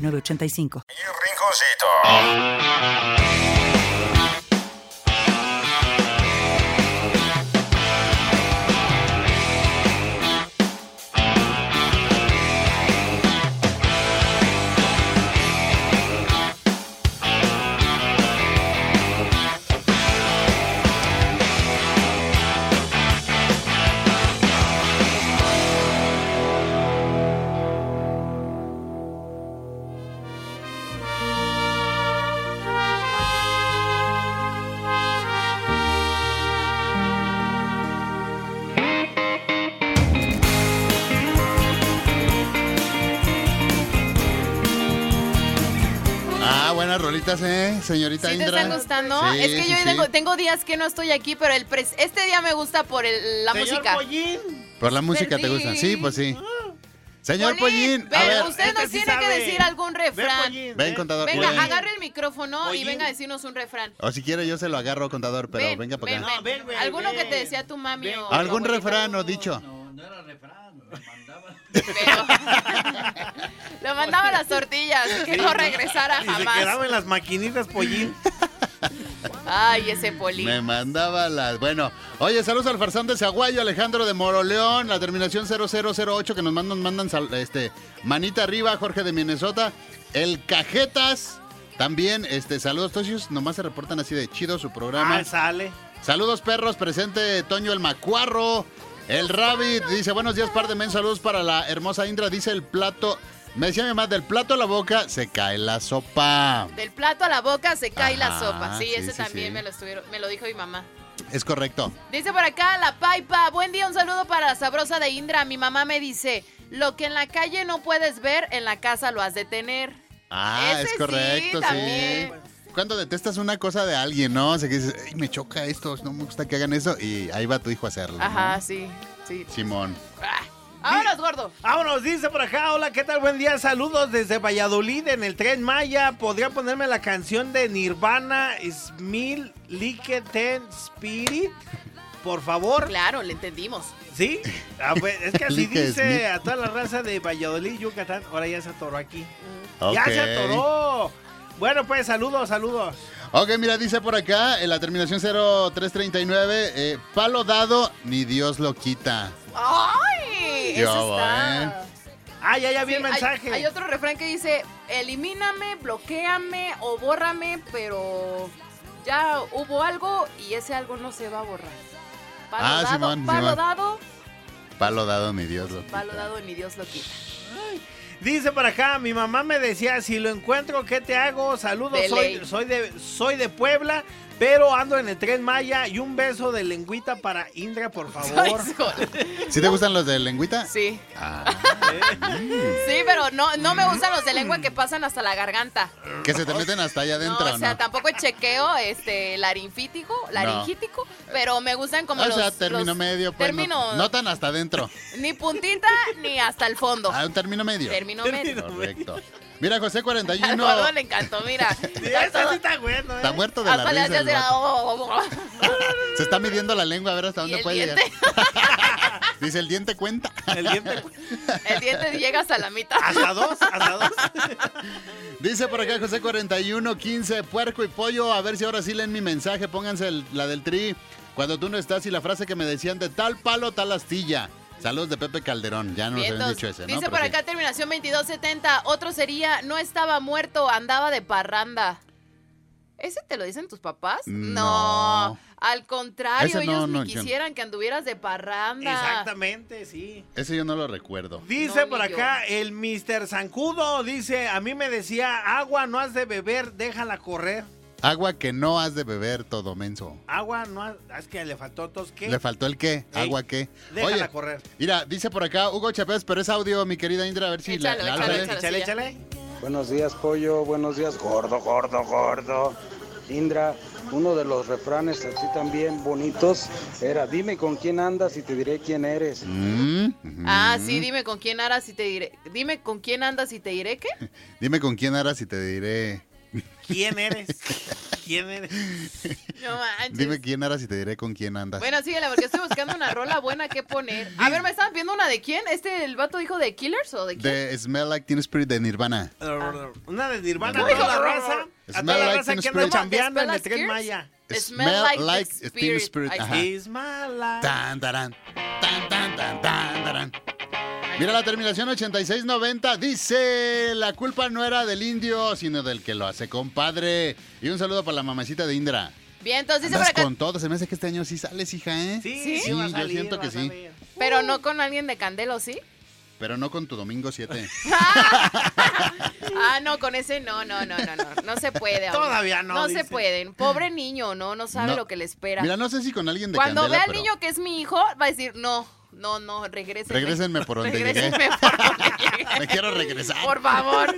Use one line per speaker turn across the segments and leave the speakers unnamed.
985.
Y Rinconcito.
Ah, ¿eh? Señorita
¿Sí te
Indra.
están gustando?
Sí,
es que
sí,
yo
sí.
Tengo, tengo días que no estoy aquí, pero el pres- este día me gusta por el- la
Señor
música.
Pollín.
Por la música te gusta. Sí, pues sí.
Ah.
Señor Pollín, a
Ven,
ver.
usted
este
nos
sí
tiene que
sabe.
decir algún refrán.
Pollín,
Ven, contador.
venga,
ven.
agarre el micrófono y
Pollín.
venga a decirnos un refrán.
O si quiere yo se lo agarro, contador, pero
ven,
venga para
ven,
acá.
acá.
ven.
No, ven, güey,
Alguno que
ven.
te decía tu mami
Ven.
o tu
¿Algún
abuelita.
refrán o dicho?
No, no era refrán, me mandaban.
Pero- Lo mandaba a las tortillas, que no regresara
Y se quedaba
jamás.
en las maquinitas, Pollín.
Ay, ese poli.
Me mandaba las. Bueno, oye, saludos al farsán de Zaguayo, Alejandro de Moroleón, la terminación 0008 que nos mandan, mandan sal- este, manita arriba, Jorge de Minnesota, el Cajetas. También, este, saludos, Tosius. Nomás se reportan así de chido su programa.
Ah, sale.
Saludos perros, presente Toño el Macuarro. El Rabbit dice, buenos días, par de men, saludos para la hermosa Indra. Dice el plato, me decía mi mamá, del plato a la boca se cae la sopa.
Del plato a la boca se cae la
Ajá,
sopa. Sí,
sí,
ese
sí,
también
sí.
Me, lo estuvieron- me lo dijo mi mamá.
Es correcto.
Dice por acá la Paipa, buen día, un saludo para la sabrosa de Indra. Mi mamá me dice, lo que en la calle no puedes ver, en la casa lo has de tener.
Ah,
Ese
es correcto,
sí, también.
sí. Cuando detestas una cosa de alguien, ¿no? O sea, que dices, "Ay, me choca esto, no me gusta que hagan eso, y ahí va tu hijo a hacerlo. ¿no?
Ajá, sí, sí.
Simón.
Ah, Vámonos, gordo.
Vámonos, dice por acá. Hola, ¿qué tal? Buen día. Saludos desde Valladolid en el tren Maya. ¿Podría ponerme la canción de Nirvana, Smil Ten Spirit? Por favor.
Claro, le entendimos.
¿Sí? Ah, pues, es que así
Lique Smith.
dice a toda la raza de Valladolid, Yucatán. Ahora ya se atoró aquí. ¡Ya se
Ok.
atoró! Bueno, pues saludos, saludos.
Ok, mira, dice por acá, en la terminación 0339, eh, palo dado, ni Dios lo quita.
¡Ay!
Ya
eso
va,
está.
Ah, ya, ya vi el
Sí, hay-
mensaje.
Hay, otro refrán que dice, elimíname, bloqueame o bórrame, pero ya hubo algo y ese algo no se va a borrar. Palo
Ah,
dado,
Simón,
palo
Simón.
dado,
Palo dado, ni Dios lo quita.
palo dado, ni Dios lo quita.
Dice por acá, mi mamá me decía, si lo encuentro, ¿qué te hago? Saludos,
De
soy,
ley.
soy, de, soy de Puebla, pero ando en el tren Maya y un beso de lengüita para Indra, por favor.
Ay, sol.
¿Sí te gustan los de lengüita?
Sí,
Ah,
sí, pero no, no me gustan los de lengua
Mm.
que pasan hasta la garganta.
que se te meten hasta allá
No,
adentro, ¿no?
o sea, tampoco chequeo este larinfítico, laringítico, pero me gustan como
O
los.
sea, término
los-
medio, pues.
Término,
No, no tan hasta adentro.
ni puntita ni hasta el fondo.
Ah, un término medio.
Término medio.
Término
Correcto. Mira, José
Al
41.
gordo le encantó, mira.
Sí,
Está
ese sí
todo-
está bueno, ¿eh?
Está muerto de la
Hasta le oh, hacías
risa. el
de la-
vato. Se está midiendo la lengua a ver hasta
Y
dónde
el
puede llegar.
diente,
Dice, el diente cuenta.
El diente-
el diente llega hasta la mitad.
hasta dos, hasta dos.
Dice por acá José 41, 15, puerco y pollo. A ver si ahora sí leen mi mensaje. Pónganse el- la del tri. Cuando tú no estás y la frase que me decían de tal palo, tal astilla. Saludos de Pepe Calderón. Ya nos habían
Vientos.
dicho ese, ¿no?
Dice
Pero
por
sí.
acá terminación 2270. Otro sería, no estaba muerto, andaba de parranda. ¿Ese te lo dicen tus papás?
Mm, No.
Al contrario,
Ese no,
ellos
no,
ni
yo no.
quisieran que anduvieras de parranda.
Exactamente, sí.
Ese yo no lo recuerdo.
Dice
No,
por
ni yo.
acá el Mr. Zancudo, dice, a mí me decía, agua no has de beber, déjala correr.
Agua que no has de beber, todo menso.
Agua no has... Es que le faltó tosque.
Le faltó el qué,
Ey,
agua qué.
déjala correr.
Mira, dice por acá Hugo Chávez, pero es audio, mi querida Indra, a ver si
Échalo,
la, la
échalo,
alzas.
échalo.
Échale,
sí, ya.
échale.
Buenos días, pollo. Buenos días, gordo, gordo, gordo. Indra, uno de los refranes así también bonitos era, dime con quién andas y te diré quién eres.
Mm, ujú.
Ah, sí, dime con quién andas y te diré. Dime con quién andas y te diré qué.
Dime con quién harás y te diré.
¿Quién eres? ¿Quién eres?
No manches.
Dime quién harás y te diré con quién andas.
Bueno, síguela, porque estoy buscando una rola buena que poner. A ver, ¿me estaban pidiendo una de quién? ¿Este, el vato dijo de Killers o de quién?
De Smell Like Teen Spirit de Nirvana.
Una de Nirvana, a toda la raza. A toda
Smell
la
like
raza
Teen
que anda
Spirit.
chambeando en el
Las
tren
Gears.
Maya.
Smell like, the
Teen
spirit. Ahí está.
Ajá.
Is my life.
Tan, tarán. Tan, tan, tan, tan, tarán. Mira la terminación 8690. Dice: La culpa no era del indio, sino del que lo hace, compadre. Y un saludo para la mamacita de Indra.
Bien, entonces dice por
Andas
acá,
con todo. Se me hace que este año sí sales, hija, ¿eh?
Sí,
¿Sí?
sí,
Sí,
va a
yo
salir,
siento
va
que
a
sí.
salir.
pero no con alguien de Candelo, ¿sí?
Pero no con tu domingo 7.
Ah, no, con ese no, no, no, no, no, no se puede. aún.
Todavía no,
No se
dice.
pueden. Pobre niño, no, no sabe
No.
lo que le espera.
Mira, no sé si con alguien de
Cuando
Candela,
vea al
pero
niño que es mi hijo, va a decir, no, no, no, regrésenme.
Regrésenme por donde llegué.
Regrésenme por donde llegué.
Me quiero regresar.
Por favor.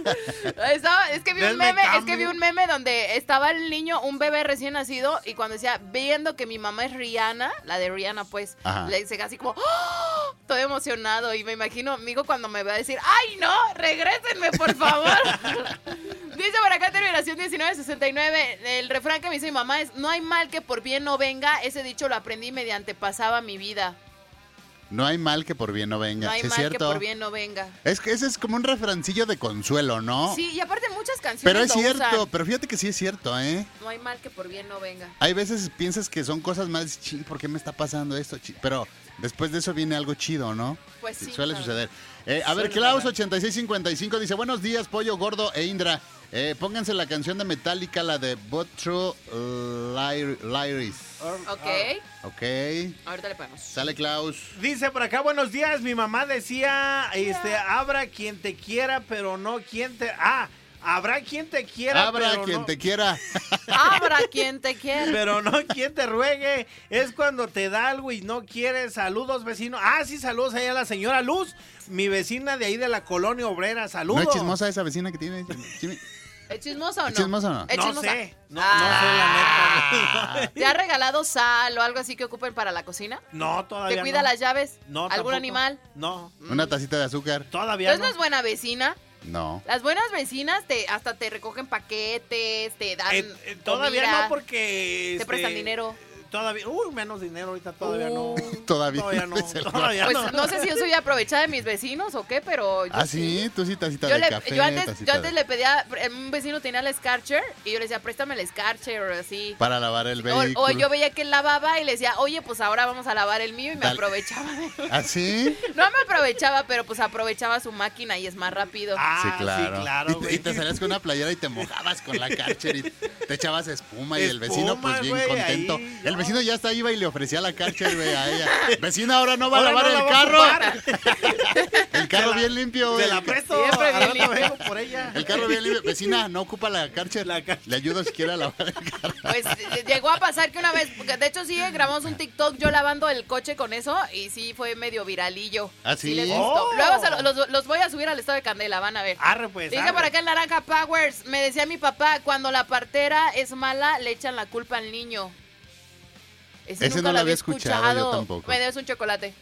Estaba- es que vi un
Denme
meme, es que
cambio.
vi un meme donde estaba el niño, un bebé recién nacido, y cuando decía, viendo que mi mamá es Rihanna, la de Rihanna, pues,
Ajá.
le dice así como, "¡Ah!", todo emocionado. Y me imagino, amigo, cuando me va a decir, ¡ay no! ¡Regrésenme, por favor! Dice por acá terminación 1969, el refrán que me dice mi mamá es, no hay mal que por bien no venga, ese dicho lo aprendí mediante pasaba mi vida.
No hay mal que por bien no venga.
No hay
Sí, es
mal que
cierto.
por bien no venga.
Es que ese es como un refrancillo de consuelo, ¿no?
Sí, y aparte muchas canciones
Pero es
lo
cierto,
usan.
pero fíjate que sí es cierto, ¿eh?
No hay mal que por bien no venga.
Hay veces piensas que son cosas más, ching, ¿por qué me está pasando esto? Chi- Pero después de eso viene algo chido, ¿no?
Pues sí,
Suele
la
suceder. Eh, a ver, Klaus8655 dice, buenos días, Pollo Gordo e Indra. Eh, pónganse la canción de Metallica, la de But True Lyr- Lyris.
Ok,
Ok.
Ah,
ahorita le ponemos.
Sale Klaus.
Dice por acá, buenos días. Mi mamá decía, este, abra quien te quiera, pero no quien te. Ah, habrá quien te quiera,
Abra
pero
quien
no.
te quiera.
Abra quien te quiera.
Pero no quien te ruegue. Es cuando te da algo y no quieres. Saludos, vecino. Ah, sí, saludos ahí a la señora Luz, mi vecina de ahí de la colonia obrera.
¿No
Saludos.
es chismosa esa vecina que tiene? Jimmy?
¿Es chismosa o no?
¿Es chismosa o no?
¿Es
No
chismosa?
sé. No, no sé,
Ah.
la neta.
¿Te ha regalado sal o algo así que ocupen para la cocina?
No, todavía.
¿Te cuida
no.
las llaves?
No,
¿Algún
tampoco.
animal?
No,
Mm.
¿Una tacita de azúcar?
todavía
Entonces
no.
no es buena vecina.
No.
Las buenas vecinas te, hasta te recogen paquetes, te dan.
Eh, eh, todavía
comida,
no, porque.
Te
este,
prestan dinero.
Todavía. Uy, menos dinero ahorita, todavía no.
Uh,
Todavía,
Todavía no.
es el
Todavía
Pues
no.
no sé si yo soy aprovechada de mis vecinos o qué, pero. yo
Ah, sí, tú sí tacita
Yo,
de
le-
café.
yo antes,
tacita
yo antes
de-
le pedía, em, un vecino tenía el Scarcher y yo le decía, préstame el Scarcher o así.
Para lavar el vehículo.
O, o yo veía que él lavaba y le decía, oye, pues ahora vamos a lavar el mío y me
Dale.
aprovechaba. de-
¿Ah, sí?
No me aprovechaba, pero pues aprovechaba su máquina y es más rápido.
Ah,
sí, claro.
claro,
Y te- y,
güey.
te salías con una playera y te mojabas con la cárcher y te echabas espuma y el vecino
Espuma,
pues bien
güey,
contento.
ahí,
El
no.
vecino ya hasta iba y le ofrecía la cárcher, güey, a ella. Vecina, ahora no va
Ahora
a lavar
no la
el
va a
carro.
ocupar.
el carro
la-
bien limpio, güey.
Te la presto.
Siempre
al
bien
rato vengo por ella.
El carro bien limpio. Vecina, no ocupa la cárcher.
La cárcher.
Le ayudo siquiera a lavar el carro.
Pues eh, llegó a pasar que una vez, porque de hecho sí, eh, grabamos un TikTok yo lavando el coche con eso y sí fue medio viralillo.
¿Ah, sí?
les gustó.
Oh.
Luego se lo- los, los voy a subir al estado de Candela, van a ver.
Arre, pues.
Dice
arre.
por acá el Naranja Powers, me decía mi papá, cuando la partera es mala, le echan la culpa al niño.
Ese no lo había escuchado, yo tampoco.
Me des un chocolate,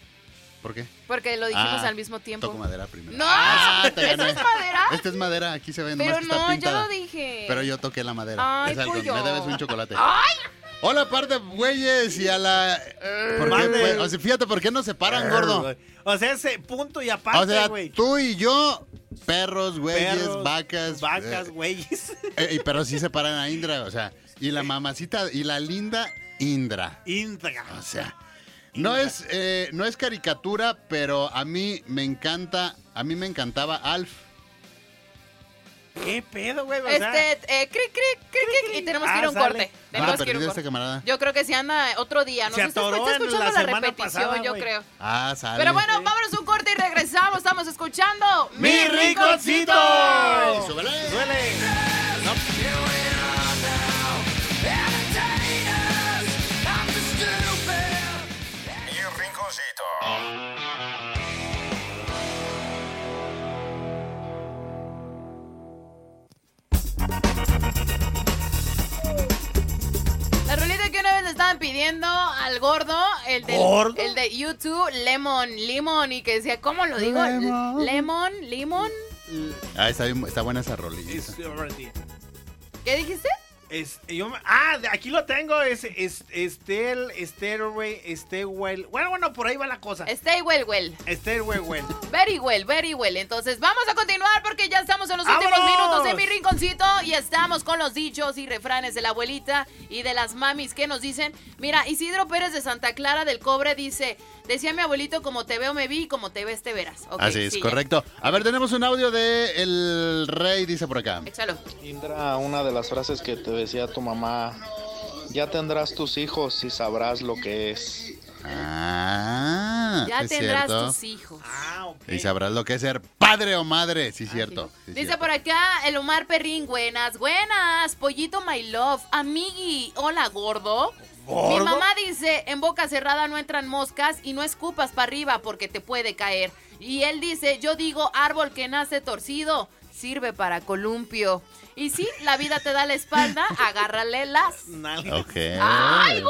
¿Por qué?
porque lo dijimos
Ah,
al mismo tiempo.
Toco madera primero.
No,
Ah, te
¿eso
gané.
es madera?
Esta es madera, aquí se ve nomás
Pero
que está
no, yo
pintada.
lo dije.
Pero yo toqué la madera.
Ay,
es algo,
pollo.
me debes un chocolate.
¡Ay!
Hola, par de güeyes y a la... ¿Por qué,
Eh, Mande.
güey? O sea, fíjate, ¿por qué nos separan, gordo?
O sea, ese punto y
O
aparte,
sea,
güey.
tú y yo, perros, güeyes,
Perros,
vacas.
Vacas,
eh,
güeyes.
eh, y- pero sí separan a Indra, o sea. Y la mamacita, y la linda Indra.
Intra.
O sea, no es, eh, no es caricatura, pero a mí me encanta, a mí me encantaba Alf.
¿Qué pedo, güey? O sea,
Este, eh, cric, cric, cric, cric, y tenemos que ir a un
Ah, sale.
corte.
Ah,
Tenemos que ir a
perdido
un
este
corte.
camarada.
Yo creo que si anda otro día, nos
Se
está,
atoró
está
en la
escuchando la,
semana
repetición,
pasada,
yo
güey.
creo.
Ah, sale.
Pero bueno, vámonos un corte y regresamos. Estamos escuchando
¡Mi rinconcito!
Ay, súbele.
Duele.
Mi rinconcito.
estaban pidiendo al gordo, el de,
¿Gordo?
El de YouTube, Lemon, Lemon, y que decía, ¿cómo lo digo?
Lemon.
Lemon, Lemon.
Ah, está, bien- está buena esa rolita.
Es- already.
¿Qué dijiste?
Es- yo me- ah, de- aquí lo tengo. Es, es Estel, Stairway, Stairwell. Bueno, bueno, por ahí va la cosa.
Stay well, well.
Stairway, well.
Very well, very well. Entonces, vamos a continuar porque ya estamos en los últimos
¡Vámonos!
minutos de mi rinconcito y estamos con los dichos y refranes de la abuelita y de las mamis que nos dicen. Mira, Isidro Pérez de Santa Clara del Cobre dice: Decía mi abuelito, como te veo, me vi y como te ves, te verás. Ok,
Así es,
sigue.
correcto. A ver, tenemos un audio de El Rey, dice por acá.
Échalo.
Indra, una de las frases que te decía tu mamá, ya tendrás tus hijos y sabrás lo que es.
Ah,
Ya
sí es
tendrás
cierto.
tus hijos.
Ah, ok.
Y sabrás lo que es ser padre o madre, sí, cierto.
Aquí.
sí,
Ah, Dice
cierto.
por acá el Omar Perrín, buenas, buenas, pollito my love, amigui, hola gordo.
¿Gordo?
Mi mamá dice, en boca cerrada no entran moscas y no escupas para arriba porque te puede caer. Y él dice, yo digo, árbol que nace torcido, sirve para columpio. Y si la vida te da la espalda, agárrale las.
Nalga.
Ok. Ah,
¡Ay,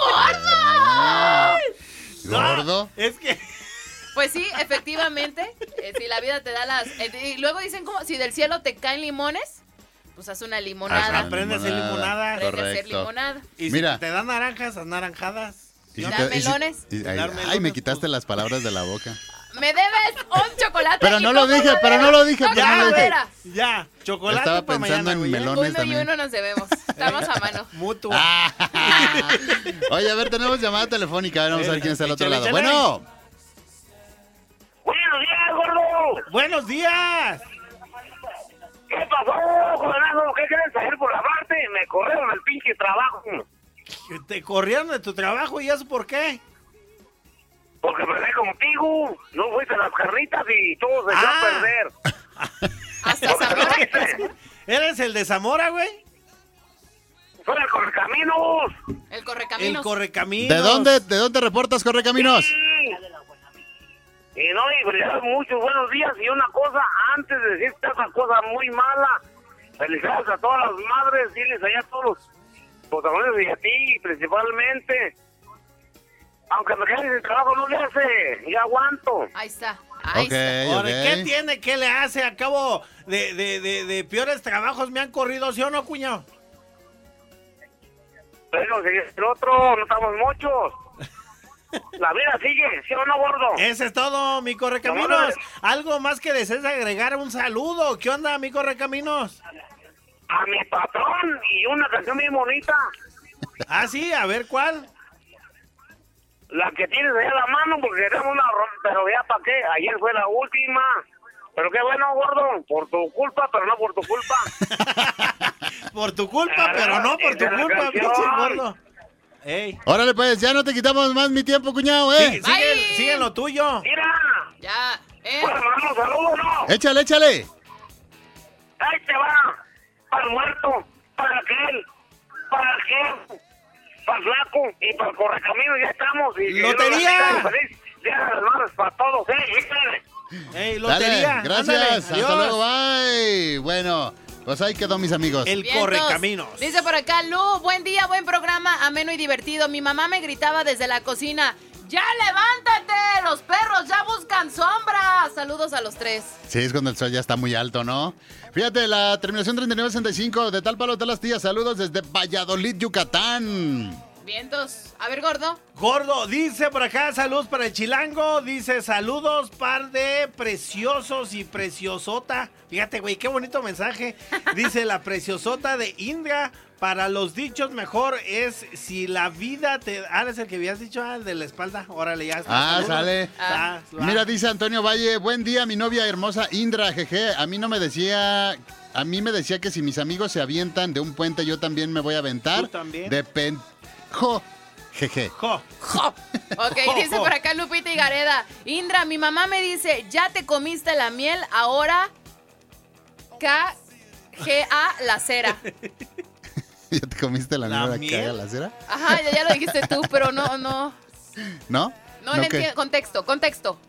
¿Gordo?
No, es que.
Pues sí, efectivamente, eh, si la vida te da las... eh, y luego dicen, como si del cielo te caen limones, pues haz una limonada.
Haz una
Aprende a hacer limonada.
Aprende a hacer
Correcto.
limonada.
Y si
Mira.
te dan naranjas, anaranjadas.
¿Y
¿Dar
te- y
melones?
y- ay,
Dar
ay,
melones,
me
pues.
quitaste las palabras de la boca.
Me debes un chocolate.
Pero
y
no lo
Coca
dije, pero
Madera.
no lo dije, pero
Coca
no lo dije.
Madera.
Ya, chocolate.
Estaba
pa'
pensando
mañana,
en
güey, ¿eh?
melón. Honestamente.
Uno y uno nos debemos. Estamos a mano.
Mutuo.
Ah. Oye, a ver, tenemos llamada telefónica. A ver, vamos a ver quién está al otro
Échale,
lado.
échale.
Bueno,
Buenos días, gordo.
Buenos días.
¿Qué pasó, jornado? ¿Qué quieres saber por la parte? Me corrieron del pinche trabajo.
Que Te corrieron de tu trabajo y eso por qué.
Porque perdí contigo. No fuiste a las carnitas y todo se echó
Ah.
a perder.
Hasta Zamora.
¿Eres el de Zamora, güey?
Fuera con el camino.
El
El
correcaminos.
correcaminos.
¿de dónde, ¿de dónde reportas, Correcaminos?
Y no, y felicidades muchos buenos días. Y una cosa, antes de decirte esa cosa muy mala, felicidades a todas las madres, diles allá a todos los protagonistas y a ti principalmente. Aunque me quedes sin trabajo, no le hace, ya aguanto.
Ahí está. Ahí
Ok,
está.
Ahora, ¿Qué
ok.
tiene? ¿Qué le hace? Acabo de, de, de, de peores trabajos me han corrido, ¿sí o no, cuñado?
Pero si es el otro, no estamos muchos. La vida sigue, ¿sí o no, gordo?
Ese es todo, mi correcaminos.
Vámonos.
¿Algo más que desees agregar? Un saludo. ¿Qué onda, mi correcaminos?
A mi patrón y una canción bien bonita,
Ah, sí, a ver cuál.
la que tienes allá en la mano, porque tenemos una... ro- Pero ya para qué, ayer fue la última. Pero qué bueno, gordo, por tu culpa, pero no por tu culpa.
Por tu
Ah,
culpa, pero no por tu
Esa es la
culpa,
canción.
pinche gordo. Ey.
Órale, pues, ya no te quitamos más mi tiempo, cuñado, ¿eh?
Sigue, sigue,
Bye.
sigue lo tuyo.
Mira, pues,
Ya. Eh.
bueno, mandamos saludos, ¿no?
Échale, échale.
Ahí te va, para el muerto, para aquel, para el jefe, para el flaco y para el correcamino, ya estamos. Y, y
¡Lotería!
no, feliz Día de las Madres para todos, ¿eh? Híjole.
Ey,
Dale,
lotería.
gracias.
ándale,
Hasta
adiós.
luego, bye. Bueno, pues ahí quedó, mis amigos.
El
Vientos.
correcaminos.
Dice por acá, Lu, buen día, buen programa, ameno y divertido. Mi mamá me gritaba desde la cocina, ya levántate, los perros ya buscan sombra. Saludos a los tres.
Sí, es cuando el sol ya está muy alto, ¿no? Fíjate, la terminación 3965 de Tal Palo de las Tías. Saludos desde Valladolid, Yucatán.
Vientos. A ver, gordo.
Gordo, dice por acá, saludos para el chilango, dice saludos par de preciosos y preciosota. Fíjate, güey, qué bonito mensaje. Dice la preciosota de Indra, para los dichos mejor es si la vida te... Ah, es el que habías dicho, ah, el de la espalda. Órale, ya está.
Ah,
Saludos.
sale.
Ah, va.
Mira, dice Antonio Valle, buen día, mi novia hermosa Indra, jeje. A mí no me decía, a mí me decía que si mis amigos se avientan de un puente, yo también me voy a aventar.
Tú también.
De penjo, jeje.
Jo.
Ok, dice por acá Lupita y Gareda. Indra, mi mamá me dice, ya te comiste la miel, ahora K G A la cera.
¿Ya te comiste la,
¿La
nueva
miel?
caga la cera?
Ajá, ya, ya lo dijiste tú, pero no, no.
¿No?
No, le
qué?
entiendo. Contexto, contexto.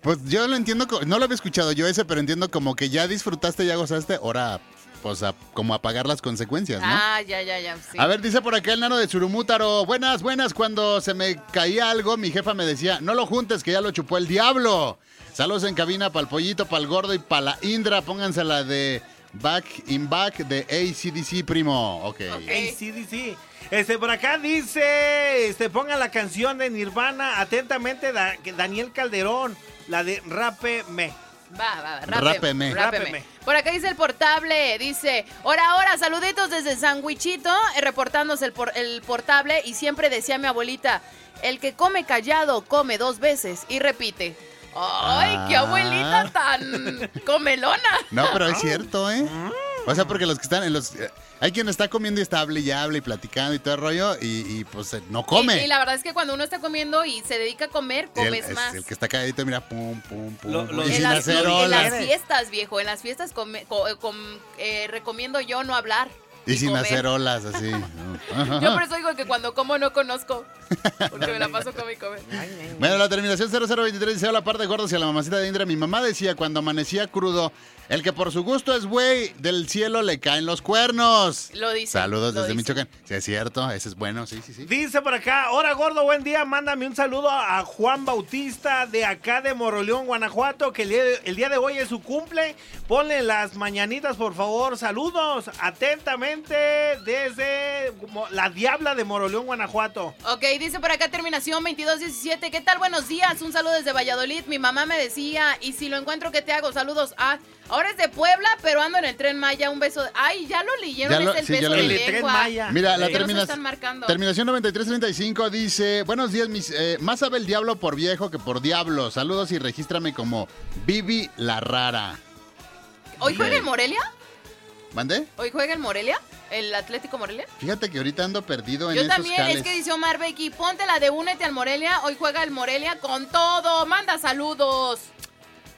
Pues yo lo entiendo, co- no lo había escuchado yo ese, pero entiendo como que ya disfrutaste, ya gozaste, ahora pues, a- como a pagar las consecuencias, ¿Pues ¿no?
Ah, ya, ya, ya. sí.
A ver, dice por acá el nano de Churumútaro. Buenas, buenas. Cuando se me caía algo, mi jefa me decía, no lo juntes, que ya lo chupó el diablo. Saludos en cabina para el pollito, para el gordo y para la Indra. Pónganse la de Back in Back de ACDC, primo. Ok.
Ey, sí, sí, sí. Este, por acá dice, este, pongan la canción de Nirvana atentamente, Da- que Daniel Calderón, la de Rape Me.
Va, va, va,
Rápeme.
rápeme,
Rápeme.
rápeme. Por acá dice el portable, dice, hora, hora, saluditos desde Sandwichito, eh, reportándose el, por- el portable y siempre decía mi abuelita, el que come callado come dos veces y repite. ¡Ay, qué
Ah.
abuelita tan comelona!
No, pero es cierto, ¿eh?
Mm.
O sea, porque los que están en los... eh, Hay quien está comiendo y está hable y hable y platicando y todo el rollo y, y, pues eh, no come.
Y, y la verdad es que cuando uno está comiendo y se dedica a comer,
Y el-
comes
es-
más.
el que está calladito, mira, pum, pum, pum.
Lo-
pum,
los-
y
En
sin
las,
hacer
en
olas.
las fiestas, viejo, en las fiestas come- co- eh, com- eh, recomiendo yo no hablar.
Y sin
comer.
hacer olas, así. Ajá.
Yo por eso digo que cuando como no conozco, porque me la paso come y come.
Bueno, la terminación 0023 dice, la parte de gordos y a la mamacita de Indra. Mi mamá decía cuando amanecía crudo, el que por su gusto es güey, del cielo le caen los cuernos.
Lo dice,
Saludos
lo
desde
dice.
Michoacán. Sí, es cierto, ese es bueno, sí, sí, sí.
Dice por acá, hola gordo, buen día, mándame un saludo a a Juan Bautista de acá de Moroleón, Guanajuato, que el día, de, el día de hoy es su cumple. Ponle las mañanitas, por favor, saludos atentamente desde Mo- la Diabla de Moroleón, Guanajuato.
Ok, dice por acá terminación 2217. ¿Qué tal? Buenos días. Un saludo desde Valladolid. Mi mamá me decía, y si lo encuentro, ¿qué te hago? Saludos. Ah, ahora es de Puebla, pero ando en el tren Maya. Un beso. de- Ay, ya lo leyeron.
Ya lo-
es el
sí, ya
beso
lo
de
leí.
El tren
lengua.
Maya.
Mira, la
¿Por qué no se
termina-
están marcando?
terminación 9335 dice, buenos días, mis, eh, más sabe el diablo por viejo que por diablo. Saludos y regístrame como Vivi la Rara.
¿Hoy juega el Morelia?
¿Mandé?
¿Hoy juega el Morelia? ¿El Atlético Morelia?
Fíjate que ahorita ando perdido en
Yo
esos
también,
jales.
es que dice Omar Becky, ponte la de únete al Morelia, hoy juega el Morelia con todo, manda saludos.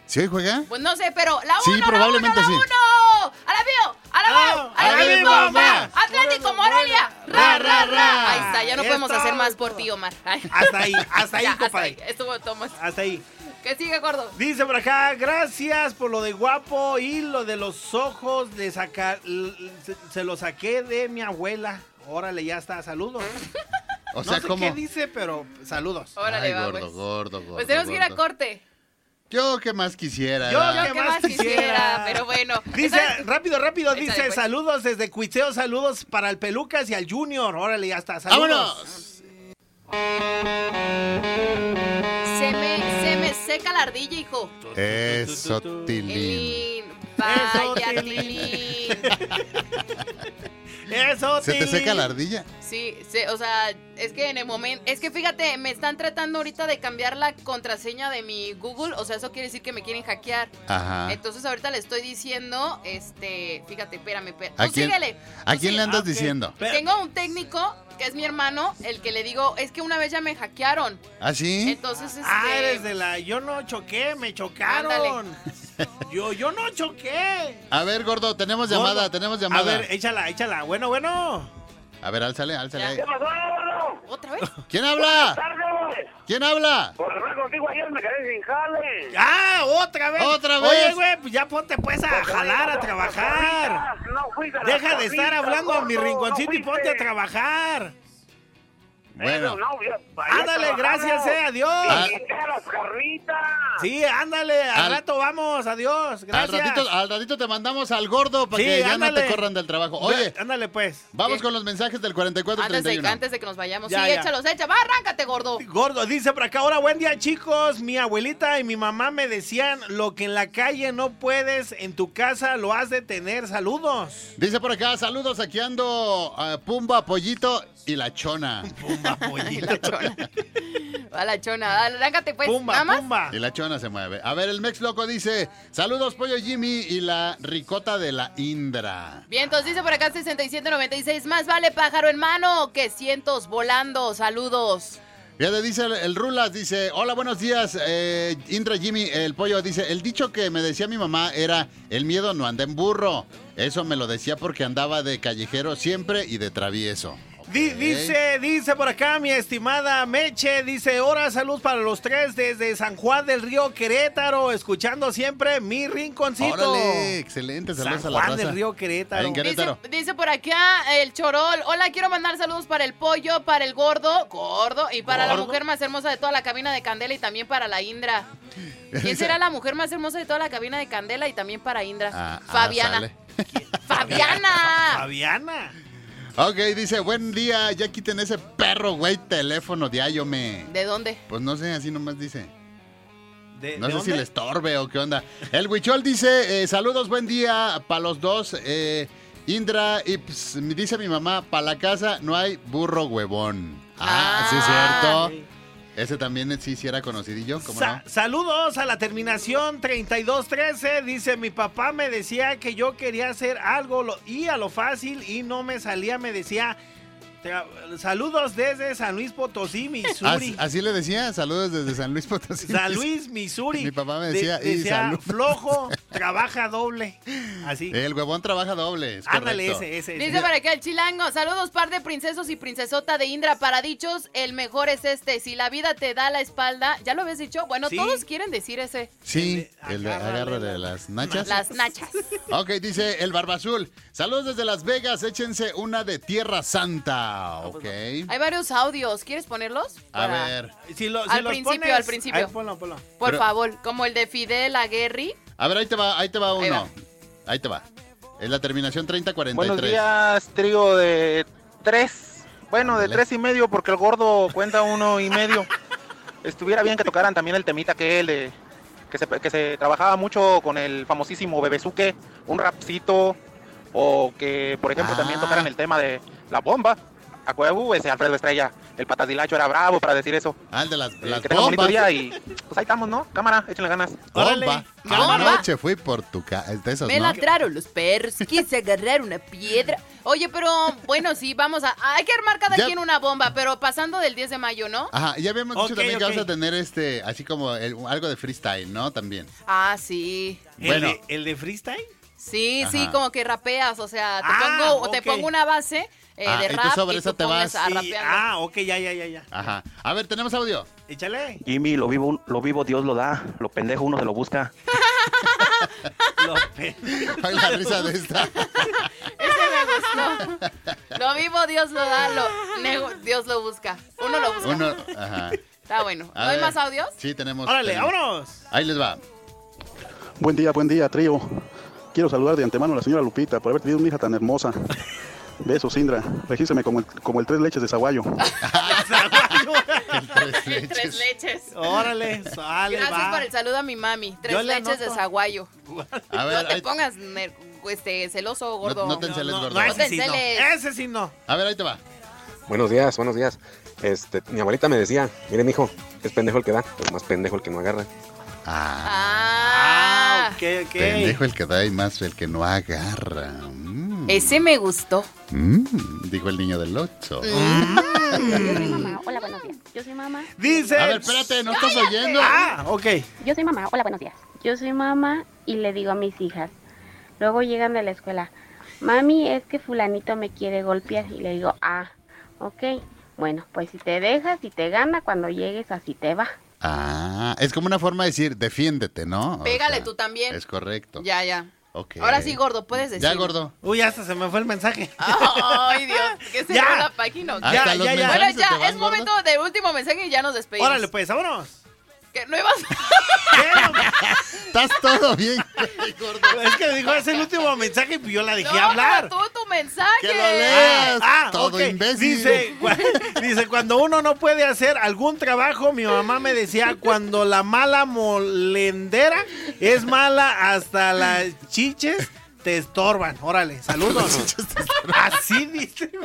¿Sí hoy juega?
Pues no sé, pero la
Sí,
uno, la
probablemente
uno,
sí.
la uno. ¡A la bio! ¡A la bio! Ah, ¡A
¡A la
la bio!
viva,
bomba!
ma!
¡Atlético Morelia! ¡Ra, ra, ra! Ahí está, ya no
Es
podemos hacer
todo,
más
es
por
todo.
ti, Omar. Ay.
Hasta ahí, hasta ahí,
Ya, hasta
compadre.
ahí. Estuvo Tomás.
Hasta ahí.
¿Qué sigue, gordo?
Dice por acá, gracias por lo de guapo y lo de los ojos, le saca, l- se, se lo saqué de mi abuela. Órale, ya está, saludos.
O sea,
no sé
como...
qué dice, pero saludos.
Órale,
Ay,
va,
gordo,
pues.
gordo, gordo.
Pues tenemos que ir a
gordo.
corte.
Yo qué más quisiera.
Yo
¿verdad?
¿Qué
Yo que
más
más
quisiera?
quisiera, pero bueno.
Dice,
¿Sabes?
rápido, rápido,
Échale,
dice,
pues.
saludos desde Cuiteo, saludos para el Pelucas y al Junior. Órale, ya está, saludos.
¡Vámonos!
Se me, se me seca la ardilla, hijo.
Eso, Tilín.
Tilín. Vaya,
Eso,
Tilín.
Eso,
¿Se te
Tilín.
seca la ardilla?
Sí, sí, o sea, es que en el momento, es que fíjate, me están tratando ahorita de cambiar la contraseña de mi Google, o sea, eso quiere decir que me quieren hackear.
Ah.
Ajá.
Entonces ahorita le estoy diciendo, este, fíjate, espérame, espérame.
¿A
Tú
quién-
síguele.
¿A
tú
quién
sí.
le andas
Ah, ok.
diciendo?
Pero-
Tengo un técnico que es mi hermano, el que le digo, es que una vez ya me hackearon.
¿Ah, sí?
Entonces, este,
Ah, eres de la, yo no choqué, me chocaron. Yo, yo no choqué.
A ver, gordo, tenemos llamada,
Gordo.
tenemos llamada.
A ver, eh. échala, échala. Bueno, bueno.
álzale, álzale. ahí.
¿Qué pasó, gordo?
otra vez.
¿Quién habla?
¡Tarde!
¿Quién habla?
Por hablar contigo ayer me quedé sin jale.
¡Ah! ¡Otra vez!
¡Otra
Oye,
vez!
güey, pues ya ponte pues a jalar, a trabajar.
No fuiste a las
Deja de estar
carnitas,
hablando a mi
gordo,
rinconcito
no
y ponte a
fuiste.
trabajar.
Bueno,
no, ya- vaya
Ándale,
trabajando.
gracias, eh, adiós.
Ah.
Y quité a las carnitas.
Sí, ándale, al,
Al-
rato vamos, adiós,
al
gracias.
ratito, al ratito te mandamos al gordo para
Sí,
que ya no te
ándale.
corran del trabajo. Oye,
Ya, ándale pues.
vamos
¿Qué?
con los mensajes del
Antes de,
4431.
antes de que nos vayamos,
Ya,
sí,
ya.
échalos, echa, va, arráncate, gordo.
Gordo, dice por acá, ahora buen día chicos, mi abuelita y mi mamá me decían, lo que en la calle no puedes, en tu casa lo has de tener, saludos.
Dice por acá, saludos, aquí ando a Pumba, Pollito y La Chona.
Ay, la chona. Va la chona, arráncate pues,
pumba,
nada más.
pumba.
Y la chona se mueve. A ver, el Mex Loco dice: Saludos, Pollo Jimmy y la ricota de la Indra.
Bien, entonces dice por acá 6796. Más vale pájaro en mano que cientos volando. Saludos.
Fíjate, dice el, el Rulas: dice, Hola, buenos días, eh, Indra Jimmy. El pollo dice: El dicho que me decía mi mamá era: El miedo no anda en burro. Eso me lo decía porque andaba de callejero siempre y de travieso.
Di- Dice, dice por acá mi estimada Meche, dice, hora salud para los tres desde San Juan del Río Querétaro, escuchando siempre mi rinconcito.
Órale, excelente,
San
saludos a la
Juan del
raza.
Río Querétaro.
Ahí en Querétaro.
Dice, dice por acá el Chorol. Hola, quiero mandar saludos para el pollo, para el gordo, gordo, y para la
¿Gordo?
mujer más hermosa de toda la cabina de Candela y también para la Indra. ¿Quién será la mujer más hermosa de toda la cabina de Candela y también para Indra?
Ah, ah,
Fabiana.
sale.
Fabiana.
Fabiana.
Ok, dice, buen día, ya quiten ese perro, güey, teléfono de Ayome.
¿De dónde?
Pues no sé, así nomás dice.
¿De-
No
de
sé si
dónde?
le estorbe o qué onda. El Huichol dice, eh, saludos, buen día para los dos. eh, Indra, y ps, me dice mi mamá, para la casa no hay burro huevón. Ah,
Ah.
sí, cierto. Ese también sí, sí era conocidillo, ¿cómo
Sa-
no?
Saludos a la terminación 3213. Dice, mi papá me decía que yo quería hacer algo lo- y a lo fácil y no me salía. Me decía, "Tra- saludos desde San Luis Potosí,
Así,
Missouri.
así le decía, saludos desde San Luis Potosí.
San Luis, Missouri.
Mi papá me decía, "Y salud".
flojo, trabaja doble. Así.
El huevón trabaja doble. es
Ándale,
correcto.
ese, ese. ese.
Dice para acá el chilango. Saludos, par de princesos y princesota de Indra. Para dichos, el mejor es este. Si la vida te da la espalda, ¿ya lo habías dicho? Bueno,
Sí.
todos quieren decir ese.
Sí, el de
Agárrale
agárrale
la-
las nachas.
Las nachas.
Ok, dice el Barba Azul. Saludos desde Las Vegas, échense una de Tierra Santa.
Ah,
Ok.
pues
Hay varios audios. ¿Quieres ponerlos?
A
Para-
ver.
Si lo- si
Al
los
principio,
pones-
al principio.
Ay, ponlo, ponlo.
Por
Pero-
favor, como el de Fidel Aguerri.
A ver, ahí te va, ahí te va
Ahí
uno.
va.
Ahí te va. Es la terminación 3043.
Buenos días, trigo de tres. Bueno, de
Ándale.
tres y medio, porque el gordo cuenta uno y medio. Estuviera bien que tocaran también el temita que él, eh, que, se, que se trabajaba mucho con el famosísimo Bebezuque, un rapcito, o que, por ejemplo, también
Ah.
tocaran el tema de la bomba. A huevo, ese Alfredo Estrella, el patadilacho era bravo para decir eso.
Ah, el de las,
Eh,
las
que tenga un bonito
bombas.
día y pues ahí estamos, ¿no? Cámara, échenle ganas.
Órale.
Bomba. Ah,
Bomba.
Anoche fui por tu casa. De esos,
Me
¿no?
ladraron los perros. Quise agarrar una piedra. Oye, pero bueno, sí, vamos a. Hay que armar cada
Ya- Ah.
quien una bomba, pero pasando del 10 de mayo, ¿no?
Ajá, ya habíamos dicho
Ok,
también que
ok.
vamos a tener este, así como el- algo de freestyle, ¿no? También.
Ah, sí.
¿El
Bueno.
de- ¿El de freestyle?
Sí, sí,
Ajá.
como que rapeas. O sea, te,
Ah,
pongo, o te
ok.
pongo una base eh,
Ah,
de
y tú
rap.
sobre
y
esa
tú
te
pones
vas.
a
Sí,
rapear.
ah, ok, ya, ya, ya, ya.
Ajá. A ver, tenemos audio.
Échale.
Jimmy, lo vivo, lo vivo Dios lo da, lo pendejo uno se lo busca.
Lo pe-
Ay, la risa de esta.
Pues, Ese me gustó. Lo vivo, Dios lo da, lo nego- Dios lo busca. Uno lo busca.
Uno. Ajá.
Está bueno.
A
¿No hay
ver.
más audios?
Sí, tenemos.
Órale,
tenemos.
vámonos.
Ahí les va.
Buen día, buen día, trío. Quiero saludar de antemano a la señora Lupita por haber tenido una hija tan hermosa. Besos, Indra. Regístrame como el, como el tres leches de Zaguayo.
El tres
El Tres
leches.
leches.
Órale, sale,
Gracias
va.
por el saludo a mi mami.
Yo
Tres
le
leches de
anoto.
zaguayo.
A ver,
no te
ahí-
pongas ner- este, celoso, gordo.
no te enceles,
No,
gordo.
no, ese sí no.
Enceles.
Ese sí no.
A ver, ahí te va.
Buenos días, buenos días. Este, mi abuelita me decía, miren hijo, es pendejo el que da, pero más pendejo el que no agarra.
Ah.
Ah,
Ah, ok, ok.
Pendejo el que da y más el que no agarra. Mm.
Ese me gustó.
Mm, dijo el niño del 8.
Yo soy mamá, hola, buenos días. Yo soy mamá,
Dice.
A ver, espérate, no estás oyendo.
Ah, ok.
yo soy mamá, hola, buenos días. Yo soy mamá y le digo a mis hijas. Luego llegan de la escuela, mami, es que fulanito me quiere golpear. Y le digo, ah, ok, bueno, pues si te dejas, si te gana, cuando llegues así te va.
Ah, es como una forma de decir, defiéndete, ¿no? O
Pégale
sea,
tú también.
Es correcto.
Mm, Ya, ya.
Ok.
Ahora sí, gordo, puedes decir.
Ya, gordo.
Uy, hasta se me fue el mensaje.
Ay, Dios. ¿Qué se
Ya.
la página? o qué?
Ya,
Hasta los
ya, ya.
Bueno,
mensajes se te
ya,
van,
es momento
gordo.
de último mensaje y ya nos despedimos.
Órale, pues, vámonos.
Que no ibas-
Estás todo bien, güey, gordo.
es que dijo, es el último mensaje y pues yo la dejé
No,
hablar. Ah,
pero tú tu mensaje.
Que lo leas. todo
ok.
imbécil.
Dice, cua- dice, cuando uno no puede hacer algún trabajo, mi mamá me decía, cuando la mala molendera es mala hasta las chiches te estorban. Órale, saludos.
este
Así dice. güey.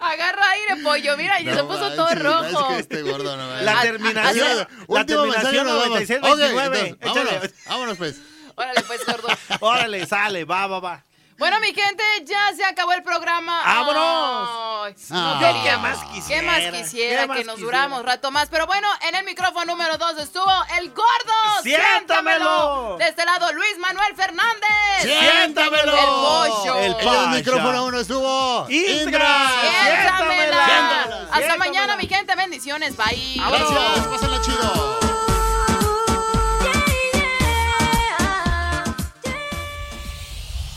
Ah, Agarra aire, pollo. Mira, y se puso
manches,
todo
es
rojo. Ah,
que este gordo no manches.
La terminación, la
Último mensaje,
terminación
nos vamos.
96
Ok, entonces,
29. Échale.
vámonos, vámonos, pues.
Órale, pues, gordo.
Órale, sale, va, va, va.
Bueno, mi gente, ya se acabó el programa.
¡Vámonos!
Ay, no
Ah.
quería.
¿Qué más quisiera?
¿Qué más quisiera?
¿Qué más
que nos
quisiera?
duramos rato más. Pero bueno, en el micrófono número dos estuvo el gordo.
¡Siéntamelo!
De este lado, Luis Manuel Fernández.
¡Siéntamelo!
El pollo.
El En el micrófono uno estuvo.
Indra.
¡Siéntamela!
¡Siéntamela! Hasta mañana, mi gente. Bendiciones. Bye.
Gracias, pásenla chido.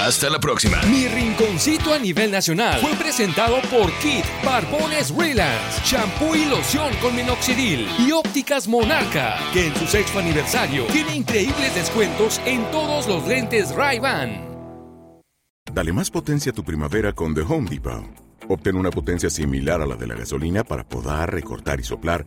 Hasta la próxima.
Mi rinconcito a nivel nacional fue presentado por Kit Barbones Relance, shampoo y loción con minoxidil y ópticas Monarca, que en su sexto aniversario tiene increíbles descuentos en todos los lentes Ray-Ban.
Dale más potencia a tu primavera con The Home Depot. Obtén una potencia similar a la de la gasolina para podar, recortar y soplar